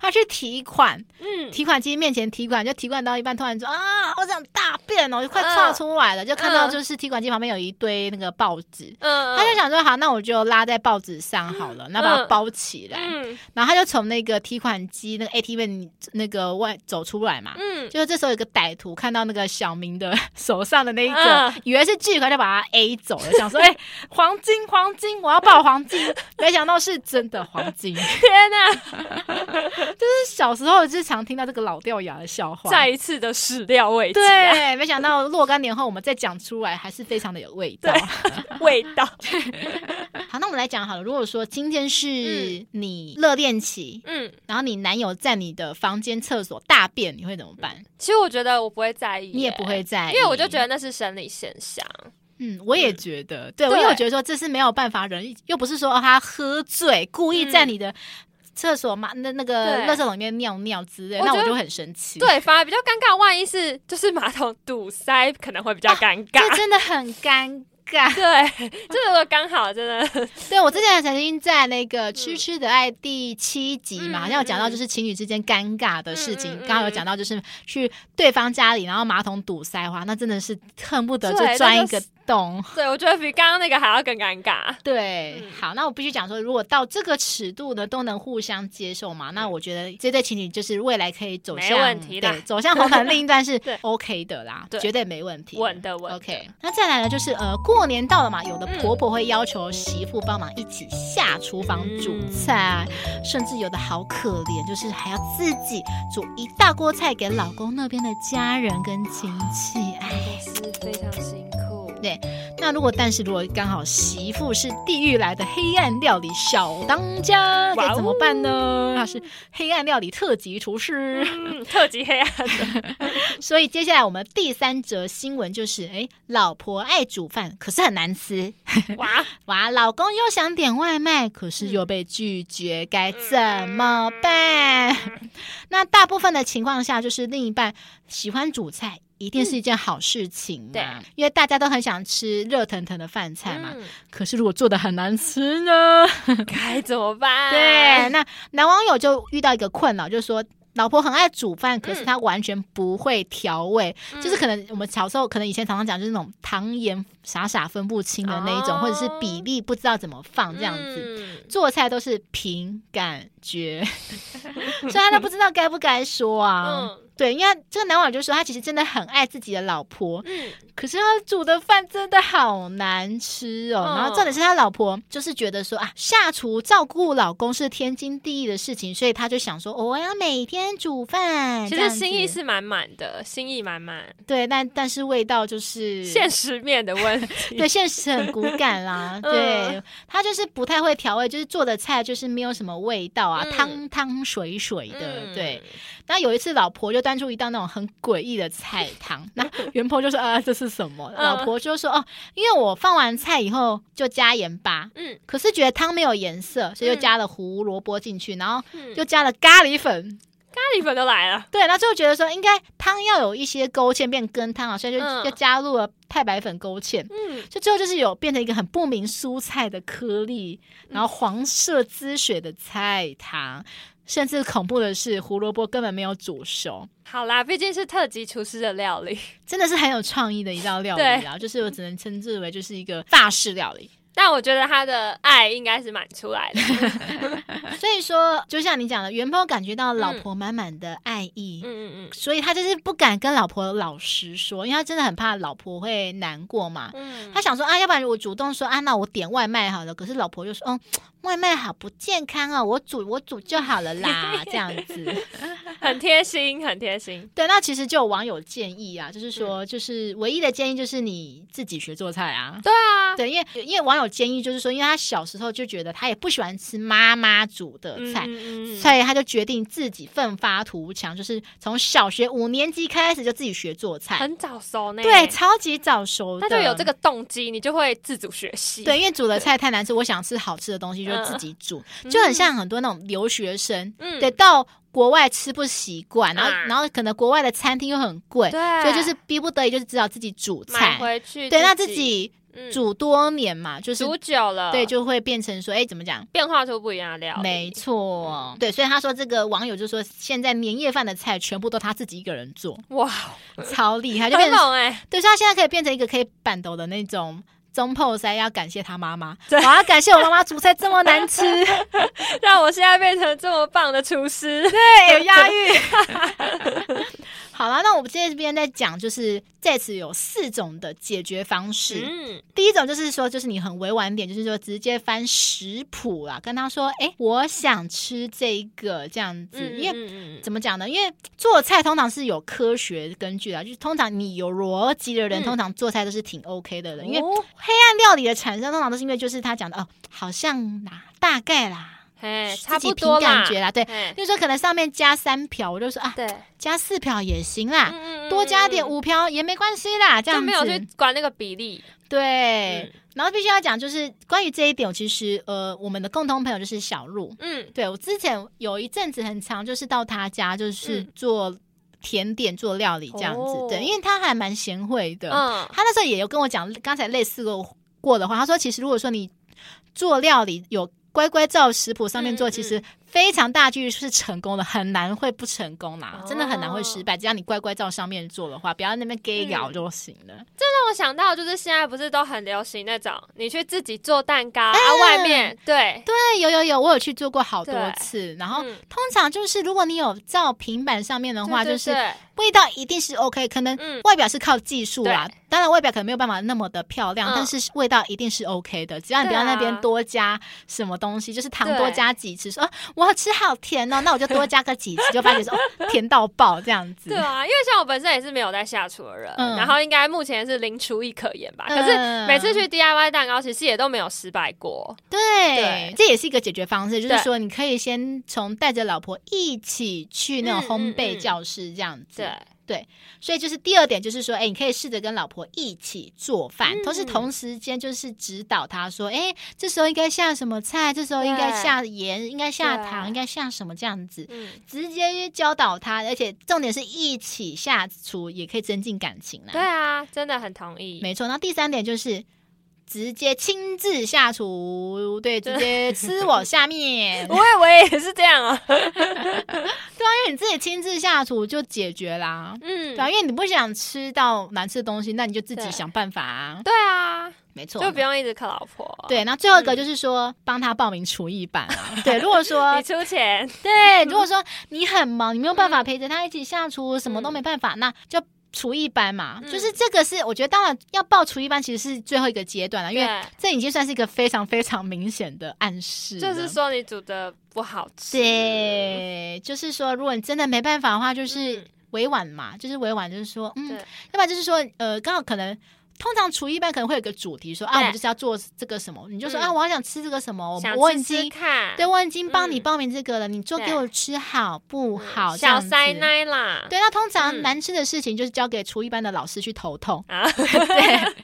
他去提款，
嗯，
提款机面前提款，就提款到一半，突然说啊，好想大便哦，就快岔
嗯
出来了，就看到
嗯
就是提款机旁边有一堆那个报纸。
嗯，
他就想说好，那我就拉在报纸上好了，那把它包起来。
嗯
然后他就从那个提款机那个 ATM 那个外走出来嘛，
嗯，
就是这时候有个歹徒看到那个小明的 手上的那一个，
嗯
以为是巨款，就把他 A 走了，想说：“哎、黄金，黄金，我要爆黄金！”没想到是真的黄金。 就是
天哪，
小时候就常听到这个老掉牙的笑话。
再一次的始料未及啊，
对，没想到若干年后我们再讲出来，还是非常的有味道。
味道，
好，那我们来讲好了。如果说今天是你热恋期，
嗯。
然后你男友在你的房间厕所大便，你会怎么办？
其实我觉得我不会在意，
你也不会在
因
意，
为我就觉得那是生理现象。
嗯，我也觉得，对，
对
因为我觉得说这是没有办法忍，又不是说哦他喝醉故意在你的厕所嘛、那那个
嗯对
垃圾桶里面尿尿之类，
我
那
觉得
我就会很生气。，
对，反而比较尴尬。万一是就是马桶堵塞，可能会比较尴
啊 这
尬。
真的很尴尬。
对， 这如果刚好真 的，
对我之前曾经在那个《痴痴的爱》第七集
嗯
嘛，好像有讲到就是情侣之间尴尬的事情
嗯嗯，嗯
刚刚有讲到就是去对方家里，然后马桶堵塞的话，那真的是恨不得就
对
钻
那
一
就
个
是
懂。
对，我觉得比刚刚那个还要更尴尬。
对，
嗯
好，那我必须讲说，如果到这个尺度呢，都能互相接受嘛，那我觉得这对情侣就是未来可以走
嗯没
向
问题的
对，走向红毯另一端是
对
OK 的啦，
对
绝对没问题，
稳的稳的
OK，那再来呢，就是呃，过年到了嘛，有的
嗯
婆婆会要求媳妇帮忙一起下厨房煮
嗯
菜，甚至有的好可怜，就是还要自己煮一大锅菜给老公那边的家人跟亲戚，哎。
是非常辛苦。
那如果但是如果刚好媳妇是地狱来的黑暗料理小当家，
哇哦
该怎么办呢？她是黑暗料理特级厨 师，
嗯，特级黑暗的，
所以接下来我们第三则新闻就是：哎，老婆爱煮饭，可是很难吃；
哇，
哇，老公又想点外卖，可是又被拒绝，该怎么 办？那大部分的情况下，就是另一半喜欢煮菜。一定是一件好事情嘛，
嗯对
因为大家都很想吃热腾腾的饭菜嘛。
嗯
可是如果做的很难吃呢？哎
该怎么办？
对，，那男网友就遇到一个困扰，就是说。老婆很爱煮饭，可是她完全不会调味，就是可能我们小时候，可能以前常常讲，就是那种糖盐傻傻分不清的那一种，
哦
或者是比例不知道怎么放这样子。
子。
做菜都是凭感 觉，所以他都不知道该不该说啊。
嗯
对，因为这个男网友就说他其实真的很爱自己的老婆，
嗯，
可是他煮的饭真的好难吃哦。
嗯
然后重点是他老婆就是觉得说啊，下厨照顾老公是天经地义的事情，所以他就想说、哦我要每天煮饭。
其
这
实
样子
心意是满满的，心意满满，
对，但但是味道就是
现实面的问题。
对，现实很骨感
嗯
啦。对他就是不太会调味，就是做的菜就是没有什么味道啊，
嗯
汤汤水水
嗯
的。对，，那有一次，老婆就端出一道那种很诡异的菜汤， 那袁婆就说：“啊，这是什么？”
嗯
老婆就说：“哦，因为我放完菜以后就加盐巴，
嗯
可是觉得汤没有颜色，所以就加了胡萝卜进去，然后
嗯，
就加了咖喱粉。
咖喱粉都来了，
对，然后就觉得说应该汤要有一些勾芡变羹汤啊，所以就
嗯
就加入了太白粉勾芡。”
嗯，
就最后就是有变成一个很不明蔬菜的颗粒，然后黄色汁水的菜汤，甚至恐怖的是胡萝卜根本没有煮熟，
好啦，毕竟是特级厨师的料理，
真的是很有创意的一道料理啊！就是我只能称之为就是一个法式料理。
但我觉得他的爱应该是满出来 的。
所以说，就像你讲的，元宝感觉到老婆满满的爱意。
嗯嗯
所以他就是不敢跟老婆老实说，因为他真的很怕老婆会难过嘛。
嗯
他想说啊，要不然我主动说啊，那我点外卖好了。可是老婆就说，嗯，外卖好不健康啊，我煮我煮就好了 啦，这样子。
嗯，很贴心，很贴心。
对，那其实就有网友建议啊，就是说，就是唯一的建议就是你自己学做菜啊。
对啊，
对，因为因为网友建议就是说，因为他小时候就觉得他也不喜欢吃妈妈煮的菜，
嗯
所以他就决定自己奋发图强，就是从小学五年级开始就自己学做菜，
很早熟呢。
对，超级早熟的，
那就有这个动机，你就会自主学习。
对，因为煮的菜太难吃，我想吃好吃的东西就
嗯
自己煮，就很像很多那种留学生，
嗯，嗯
对，到国外吃不习惯，然后、
啊
然后可能国外的餐厅又很贵，
对，
所以就是逼不得已，就是只好自己煮
买
菜。
回去，
对，那自己
嗯
煮多年嘛，就是
煮久了，
对，就会变成说，哎，怎么讲？
变化出不一样的料理。嗯
没错，对，所以他说这个网友就说，现在年夜饭的菜全部都他自己一个人做，
哇，
超厉害，就变
很
成
猛哎，
对，所以他现在可以变成一个可以板斗的那种中破塞，要感谢他妈妈，
对
我要感谢我妈妈煮菜这么难吃，
让我现在变成这么棒的厨师。
对，有押韵。 好了，那我们这边在讲，就是在此有四种的解决方式。
嗯，
第一种就是说，就是你很委婉一点，就是说直接翻食谱啊，跟他说，哎、我想吃这个这样
嗯
子，因为。
为
怎么讲呢？因为做菜通常是有科学根据的啊，就是通常你有逻辑的人，
嗯
通常做菜都是挺 OK 的人，因为
哦
黑暗料理的产生，通常都是因为就是他讲的哦，好像啦，大概啦，
嘿，
自
哎差
己
不
凭
多啦
感，觉啦，对。
嘿
就是说可能上面加三瓢，我就说啊，
对，
加四瓢也行啦，
嗯
多加点，五瓢也没关系啦，这
就嗯
样
没有去
子。
管那个比例。
对，然后必须要讲就是关于这一点，我其实呃，我们的共同朋友就是小鹿，
嗯，
对我之前有一阵子很长，就是到他家就是
嗯
做甜点、做料理这样子，
哦
对，因为他还蛮贤惠的，
嗯
他那时候也有跟我讲刚才类似过过的话，他说其实如果说你做料理有乖乖照食谱上面
嗯
做，
嗯
其实非常大几率是成功的，很难会不成功啦，
哦
真的很难会失败。只要你乖乖照上面做的话，不要那边给咬就行了。
嗯让我想到就是现在不是都很流行那种，你去自己做蛋糕，啊，外面对对，
对，有有有，我有去做过好多
对
次。然后
嗯
通常就是，如果你有照平板上面的话，
对
就是
对
味道一定是 OK，可能
嗯
外表是靠技术啦
对，
当然外表可能没有办法那么的漂
嗯
亮，但是味道一定是 OK 的，只要你
对
不要
啊
那边多加什么东西，就是糖
对
多加几匙，说、哦、我要吃好甜哦，那我就多加个几匙，就发觉说、哦、甜到爆这样子。
对啊，因为像我本身也是没有在下厨的人，
嗯
然后应该目前是零厨艺可言吧，
嗯
可是每次去 DIY 蛋糕，其实也都没有失败过。
对，
对
这也是一个解决方式，就是
对
说你可以先从带着老婆一起去那种
嗯
烘
嗯
焙
嗯
教室这样子。
对，
所以就是第二点，就是说，哎，你可以试着跟老婆一起做饭，
嗯
同时同时间就是指导她说，哎，这时候应该下什么菜，这时候应该
对
下盐，应该下糖，
对
应该下什么这样子，
嗯，
直接教导她，而且重点是一起下厨，也可以增进感情
对
啦。
啊，真的很同意。
没错。那第三点就是。直接亲自下厨，对，直接吃我下面。 啊
我以为也是这样 啊，
因为你自己亲自下厨就解决啦，
嗯
对，啊，因为你不想吃到难吃的东西，那你就自己
对
想办法啊。
对啊，
没错，
就不嗯用一直靠老婆，，
对，那最后一个就是说，帮他报名厨艺班啊。 对，如果说
你出钱，
对，如果说你很忙，你没有办法陪着他一起下厨，什么都没办法，那就厨艺班嘛。
嗯
就是这个是，我觉得当然要报厨艺班，其实是最后一个阶段了， 因为
对，
这已经算是一个非常非常明显的暗示了。
就是说你煮的不好吃，
对，就是说，如果你真的没办法的话，就是
嗯
委婉嘛，就是委婉，就是说，嗯，
对
要不然就是说，呃，刚好可能。通常厨艺班可能会有个主题说啊，
对
我们就是要做这个什么，你就说、
嗯
啊，我好想吃这个什么，
想
我我已
吃吃
经
看，
对我已经帮你
嗯
报名这个了，你做给
对
我吃好不
嗯，
好？这
小
样子
塞奶啦，
对，那通常
嗯
难吃的事情就是交给厨艺班的老师去头 痛，
啊，
对，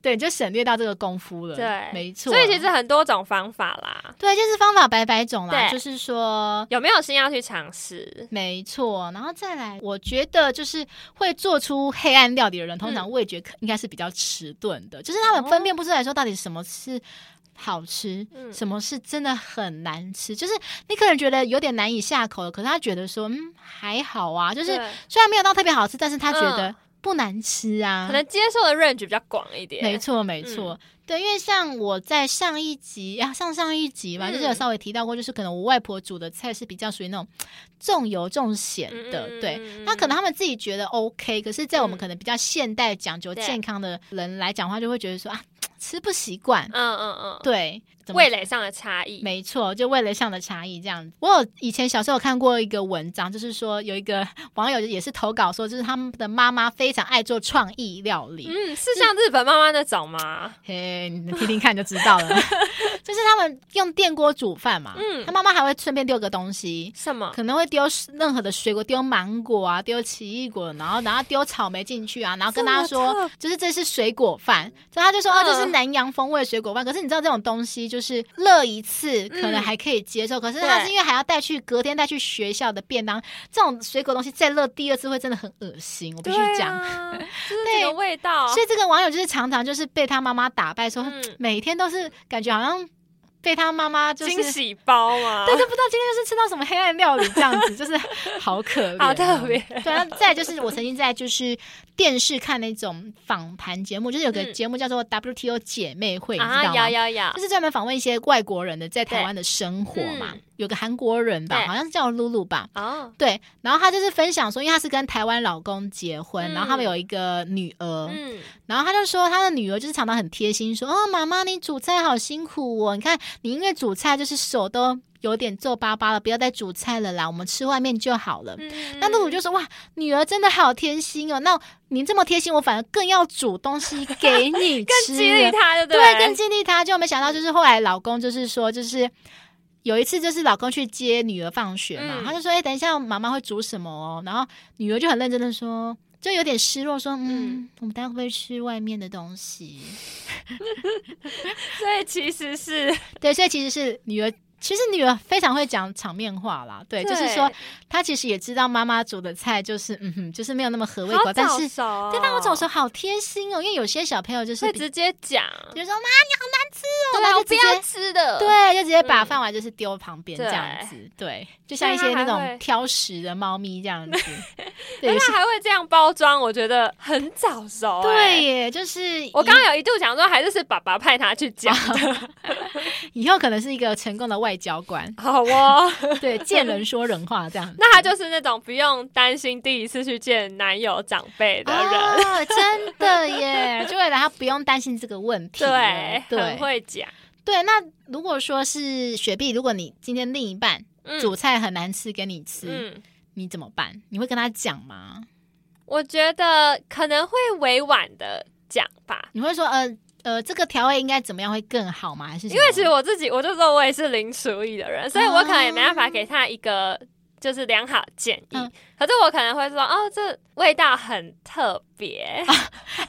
对，就省略到这个功夫了，
对
没错。
所以其实很多种方法啦，
对，就是方法百百种啦，
对
就是说
有没有心要去尝试？
没错，然后再来，我觉得就是会做出黑暗料理的人，通
嗯
常味觉可应该是比较迟钝的，就是他们分辨不出来说到底什么是。好吃，
哦嗯
什么是真的很难吃？就是你可能觉得有点难以下口了，可是他觉得说，嗯，还好啊，就是
对
虽然没有到特别好吃，但是他觉得
嗯
不难吃啊。
可能嗯接受的 range 比较广一点，
没错，没错，对，因为像我在上一集啊，上上一集嘛，就是有
嗯
稍微提到过，就是可能我外婆煮的菜是比较属于那种重油重咸
嗯
的，
嗯
对。
嗯嗯
那可能他们自己觉得 OK，可是，在我们
嗯
可能比较现代、讲究
对
健康的人来讲话，就会觉得说啊，吃不习惯，
嗯嗯嗯，
对，怎么
味蕾上的差异，
没错，就味蕾上的差异这样子。我有以前小时候有看过一个文章，就是说有一个网友也是投稿说，就是他们的妈妈非常爱做创意料理，
嗯，是像日本妈妈那种吗？
嘿，你听听看就知 道了。就是他们用电锅煮饭嘛，
嗯
他妈妈还会顺便丢个东西，
什么？
可能会丢任何的水果，丢芒果啊，丢奇异果，然后然后丢草莓进去啊，然后跟他
这么
说
特，
就是这是水果饭，所以他就说哦，
嗯
这是南洋风味水果饭。可是你知道这种东西就是乐一次可能还可以接受，可是他
对
是因为还要带去隔天带去学校的便当，这种水果东西再乐第二次会真的很恶心，我必
对
须讲。
啊，就是这个味道，
所以这个网友就是常常就是被他妈妈打败说，
嗯
每天都是感觉好像被他妈妈就是，
惊喜包吗
对，？就不知道今天就是吃到什么黑暗料理这样子，就是 好可怜、 哦
好特。别，
对，然后再来就是我曾经在就是电视看那种访谈节目，就是有个
嗯
节目叫做 WTO 姐妹会，你知
啊，
道
有
吗？
有有
就，是专门访问一些外国人的在台湾的生活嘛，
嗯
有个韩国人吧，
对
好像是叫露露吧，
哦，
对，然后她就是分享说，因为她是跟台湾老公结婚，
嗯
然后他们有一个女儿，
嗯，
然后他就说，他的女儿就是常常很贴心，说：“哦，妈妈，你煮菜好辛苦哦，你看你因为煮菜就是手都有点皱巴巴了，不要再煮菜了啦，我们吃外面就好了。
嗯
那露露就说：“哇，女儿真的好贴心哦！那你这么贴心，我反而更要煮东西给你
更
吃了，啊
激励他，对不
对，更激励她。就没想到，就是后来老公就是说，就是有一次，就是老公去接女儿放学嘛，
嗯
他就说：“哎、等一下，妈妈会煮什么哦？”然后女儿就很认真的说，就有点失落说：“嗯，我们待会不会吃外面的东西
所以其实是，？”
对，所以其实是女儿。其实女儿非常会讲场面话啦，对，就是说她其实也知道妈妈煮的菜就是，嗯哼，就是没有那么合味
好
道，但
早
是
熟，哦
对，但我总说好贴心哦，因为有些小朋友就是
会
比，
直接讲，
比如说妈
对
那
啊，
就
我不
直接
要吃的，
对，就接把饭碗就是丢旁边
嗯对
这样子，对，就像一些那
那它还会
种挑食的猫咪 这样子，
但
对，有些
是哎还会这样包装，我觉得很早熟、
对
哎，
耶，就是
我刚刚有一度想说，还是是爸爸派他去讲 的，，
以以后可能是一个成功的外交官
好哦。
对，见人说人话这样子。
那他就是那种不用担心第一次去见男友长辈的人，
哦，真的耶，就会让他不用担心这个问题了。
对，很
啊对
会讲。
对，那如果说是雪碧，如果你今天另一半
嗯
煮菜很难吃给你吃，
嗯，
你怎么办？你会跟他讲吗？
我觉得可能会委婉的讲吧。
你会说呃呃，这个调味应该怎么样会更好吗？还是什
因为
么
其实我自己，我就说我也是零厨艺的人，所以我可能也没办法给他一个就是良好建议。
嗯
可是我可能会说，哦，这味道很特别，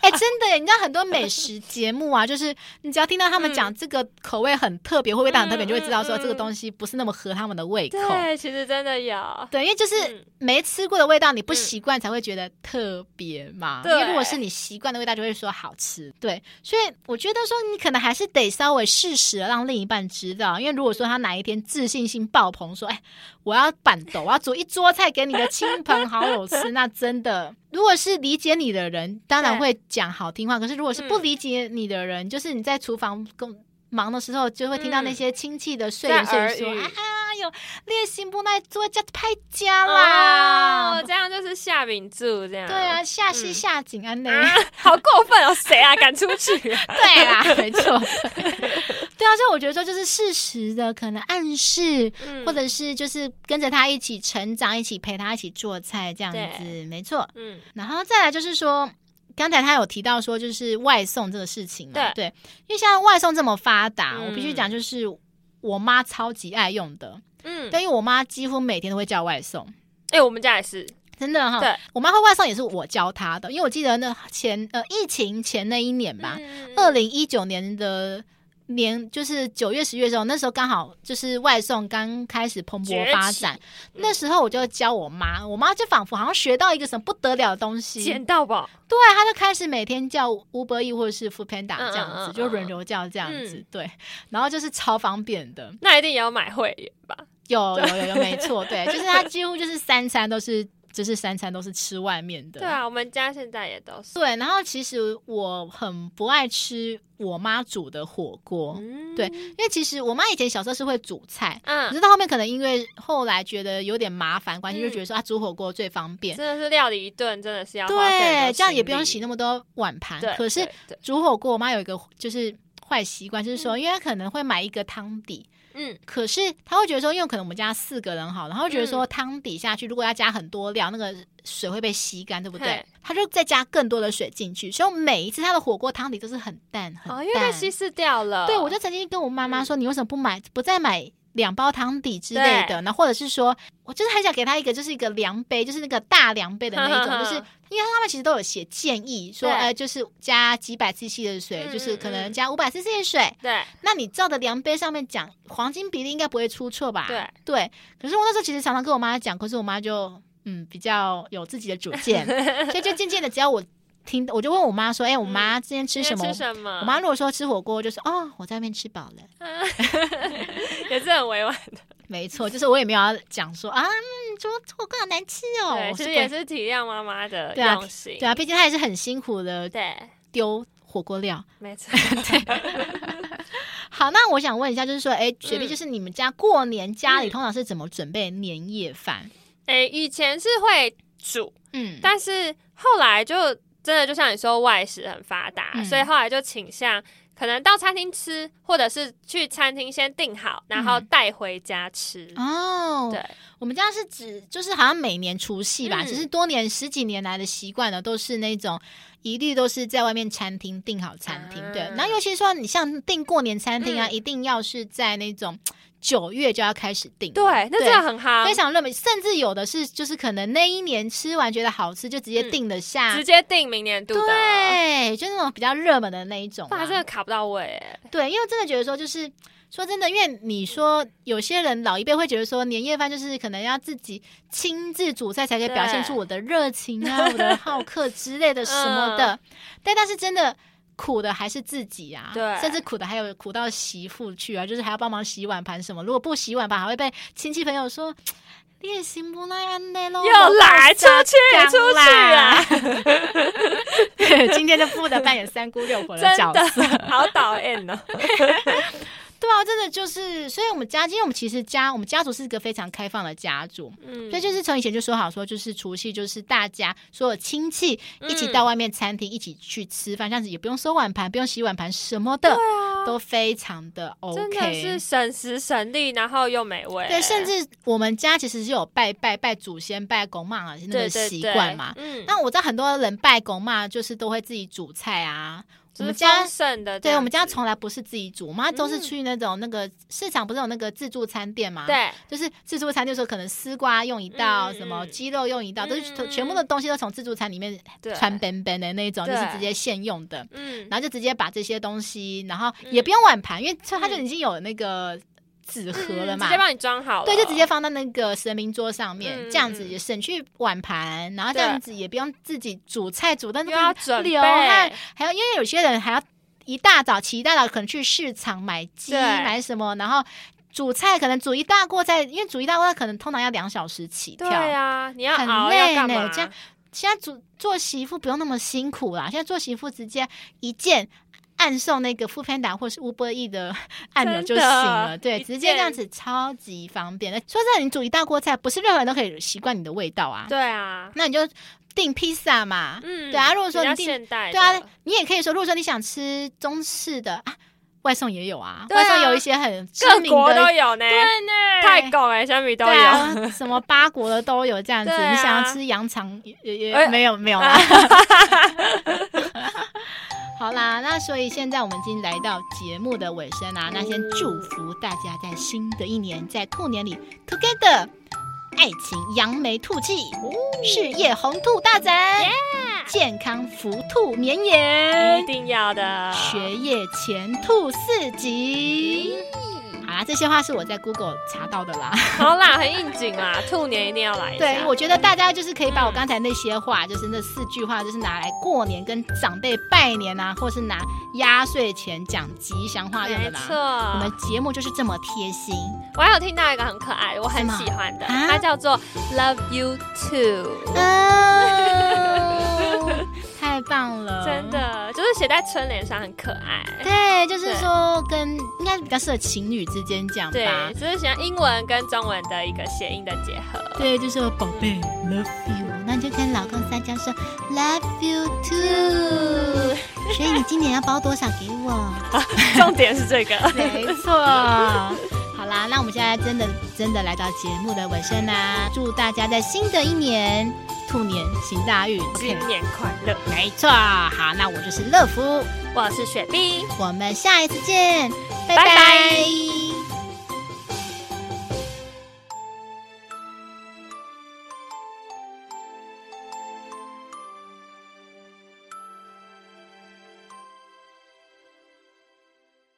哎、真的耶，你知道很多美食节目啊，就是你只要听到他们讲这个口味很特别，或味道很特别，
嗯
你就会知道说
嗯嗯
这个东西不是那么合他们的胃口。
对，其实真的有。
对，因为就是
嗯
没吃过的味道，你不习惯才会觉得特别嘛。
对
因为如果是你习惯的味道，就会说好吃。对，所以我觉得说你可能还是得稍微适时的让另一半知道，因为如果说他哪一天自信心爆棚，说哎，我要板斗，我要煮一桌菜给你的亲朋好友 吃，那真的，如果是理解你的人，当
对
然会讲好听话。可是如果是不
嗯
理解你的人，就是你在厨房工忙的时候，就会听到那
嗯
些亲戚的碎
在
言碎语
耳
说
语
啊。有烈性不耐做加拍家啦
哦，。这样就是下饼柱这样。
对啊，下西
嗯
下井安内。
啊，好过分哦！谁啊，敢出去、啊？
对 啦，没错。 对啊，所以我觉得说就是适时的可能暗示，
嗯
或者是就是跟着他一起成长，一起陪他一起做菜这样子，
对
没错。
嗯，
然后再来就是说。刚才他有提到说，就是外送这个事情嘛，对，因为现在外送这么发达，我必须
嗯
讲，就是我妈超级爱用的，
嗯，
对，因为我妈几乎每天都会叫外送，
哎、我们家也是，
真的哈，
对
我妈会外送也是我教她的，因为我记得那前呃疫情前那一年吧，
嗯
二零一九年的年就是九月十月的时候，那时候刚好就是外送刚开始蓬勃发展，
嗯
那时候我就教我妈，我妈就仿佛好像学到一个什么不得了的东西，
捡到宝，
对，她就开始每天叫 Uber E 或者是 Food Panda 这样
嗯嗯
子，
嗯
就轮流叫这样子，
嗯
对，然后就是超方便的，
那一定也要买会员吧？
有有有有，没错，对，就是她几乎就是三餐都是。就是三餐都是吃外面的，
对啊，我们家现在也都是。
对，然后其实我很不爱吃我妈煮的火锅，
嗯
对因为其实我妈以前小时候是会煮菜，可
嗯，
是到后面可能因为后来觉得有点麻烦关系，
嗯
就觉得说啊煮火锅最方便
真，的是料理一顿，真的是要花费很多
对，这样也不用洗
心力
那么多碗盘。
对，
可是
对，对
煮火锅，我妈有一个就是坏习惯，就是说，因为她可能会买一个汤底。
嗯，
可是她会觉得说，因为可能我们家四个人好，然后觉得说
嗯
汤底下去，如果要加很多料，那个水会被吸干，对不对
嘿？
她就再加更多的水进去，所以每一次她的火锅汤底都是很淡很
哦，
淡。
因为它稀释掉了。嗯
对，我就曾经跟我妈妈说，你为什么不买不再买两包汤底之类
对
的？那或者是说，我就是很想给她一个，就是一个量杯，就是那个大量杯的那 一种，就是因为他们其实都有写建议说，
对
呃，就是加几百 CC 的水，
嗯
就是可
嗯
能
嗯
加五百 CC 的水。
对
那你照的量杯上面讲，黄金比例应该不会出错吧？
对
可是我那时候其实常常跟我妈讲，可是我妈就嗯比较有自己的主 见，所以就渐渐的，只要我听，我就问我妈说，哎、我妈今天吃
嗯今
什
天
么？
吃什么？
我妈如果说吃火锅，我就说哦，我在外面吃饱了。
也是很委婉，
没错，就是我也没有要讲说啊，嗯，说火锅好难吃 哦。
对，
我
其
是
实
不
也是体谅妈妈的
对啊
用心。
对啊，毕竟她也是很辛苦的
对，
丢火锅料。
没 错。
好，那我想问一下，就是说，哎，雪碧，
嗯
就是你们家过年家里
嗯
通常是怎么准备年夜饭？
诶，以前是会煮，
嗯，
但是后来就真的就像你说，外食很发达，
嗯
所以后来就倾向可能到餐厅吃，或者是去餐厅先订好，然后带回家吃。
嗯哦，
嗯对，
我们家是指就是好像每年除夕吧，
嗯
只是多年十几年来的习惯呢，都是那种一律都是在外面餐厅订好餐厅，对
啊。
然后尤其说你像订过年餐厅啊，
嗯
一定要是在那种九月就要开始订了，
对，那真的很啊夯，
非常热门，甚至有的是就是可能那一年吃完觉得好吃，就直接
嗯
定了下。
直接订明年度的。
啊
哦
对，就那种比较热门的那一种
哇，
啊、
真的卡不到位欸，
对，因为我真的觉得说，就是说真的，因为你说有些人老一辈会觉得说，年夜饭就是可能要自己亲自煮菜才可以表现
对 嗯
出我的热情啊、我的好客之类的什么的。但但是真的，苦的还是自己啊，
对
甚至苦的还有苦到媳妇去啊，就是还要帮忙洗碗盘什么，如果不洗碗盘，还会被亲戚朋友说。你也行不那安内咯，
又来出去
讲
出去
啦
啊！
对，今天就不能扮演三姑六婆的角
真
色
的。好讨厌 哦。
对啊，真的就是，所以我们家，因为我们其实家，我们家族是一个非常开放的家族，
嗯
所以就是从以前就说好说，就是除夕就是大家所有亲戚一起
嗯
到外面餐厅一起去吃饭，这样子也不用收碗盘，不用洗碗盘什么的，都非常的 OK。
啊嗯真的是省时省力，然后又美味。
对，甚至我们家其实是有拜拜拜祖先、拜公妈啊那
对
个
对
习惯嘛。
对嗯，
那我知道很多人拜公妈就是都会自己煮菜啊，
嗯就是
我们家
丰盛的这样子，
对，我们家从来不是自己煮，我妈都是
嗯
去那种、那个市场，不是有那个自助餐店吗？，
对
就是自助餐店的时候，可能丝瓜用一道，
嗯
什么
嗯
鸡肉用一道，都是
嗯嗯
全部的东西都从自助餐里面
对
穿边边的那种，就
对
是直接现用的，
嗯，
然后就直接把这些东西，然后
嗯
也不用碗盘，因为它
嗯
就已经有那个纸盒了
嗯
嘛
直接。帮你装好了，
对，就直接放到那个神明桌上面，
嗯
这样子
嗯
也省去碗盘，然后这
对
样子也不用自己煮菜煮，但是
又要准备
流汗，还有因为有些人还要一大早起一大早，可能去市场买鸡
对
买什么，然后煮菜可能煮一大锅菜，因为煮一大锅菜可能通常要两小时起跳。
对啊，你要
很
熬
累
要干
呢
嘛？
这样现在做做媳妇不用那么辛苦啦，现在做媳妇直接一键。按送那个 f o o p a n d a 或是 Uber E 的按钮就
真
行
的
了，对，
一
直接这样
键
子超级方便。说真的，你煮一大锅菜，不是任何人都可以习惯你的味道啊。
对啊，
那你就订披萨嘛，
嗯，
对啊如果说
比较
你定
现代的，
对啊，你也可以说，如果说你想吃中式的啊，外送也有啊，
对啊
外送有一些很知
各
名
国都
的，
有呢，
呢
泰国哎，小米都有，
对啊，什么八国的都有这样子。
对啊
你想要吃羊肠也也也、
哎
没有没 有啦。 好啦，那所以现在我们已经来到节目的尾声啊啦，那先祝福大家在新的一年，在兔年里 together，爱情扬眉吐气，
哦
事业红兔大展健康福兔绵延
一。定要的，
学业前兔四级。
嗯
好啦，这些话是我在 Google 查到的啦。
好啦，很应景啦，兔年一定要来一下，
对，我觉得大家就是可以把我刚才那些话，就是那四句话，就是拿来过年跟长辈拜年啊，或是拿压岁钱讲吉祥话用的
没
啦。
错，
我们节目就是这么 贴心，
我还有听到一个很可爱，我
是
很
吗
喜欢的，
啊
它叫做 Love You Too，
哦、太棒了，
真。的就是写在春联上很可爱。
对，就是说跟应该比较适合情侣之间讲
对啊
吧，。
就是喜欢英文跟中文的一个谐音的结合。
对，就是我宝贝 love you，那你就跟老公撒娇说 love you too。所以你今年要包多少给我？
重点是 这个，
没错。 好啦，那我们现在真的真的来到节目的尾声啦，祝大家在新的一年兔年行大运。
新年快乐！
没错。好，那我就是乐福，
我是雪碧，
我们下一次见，
拜拜
拜拜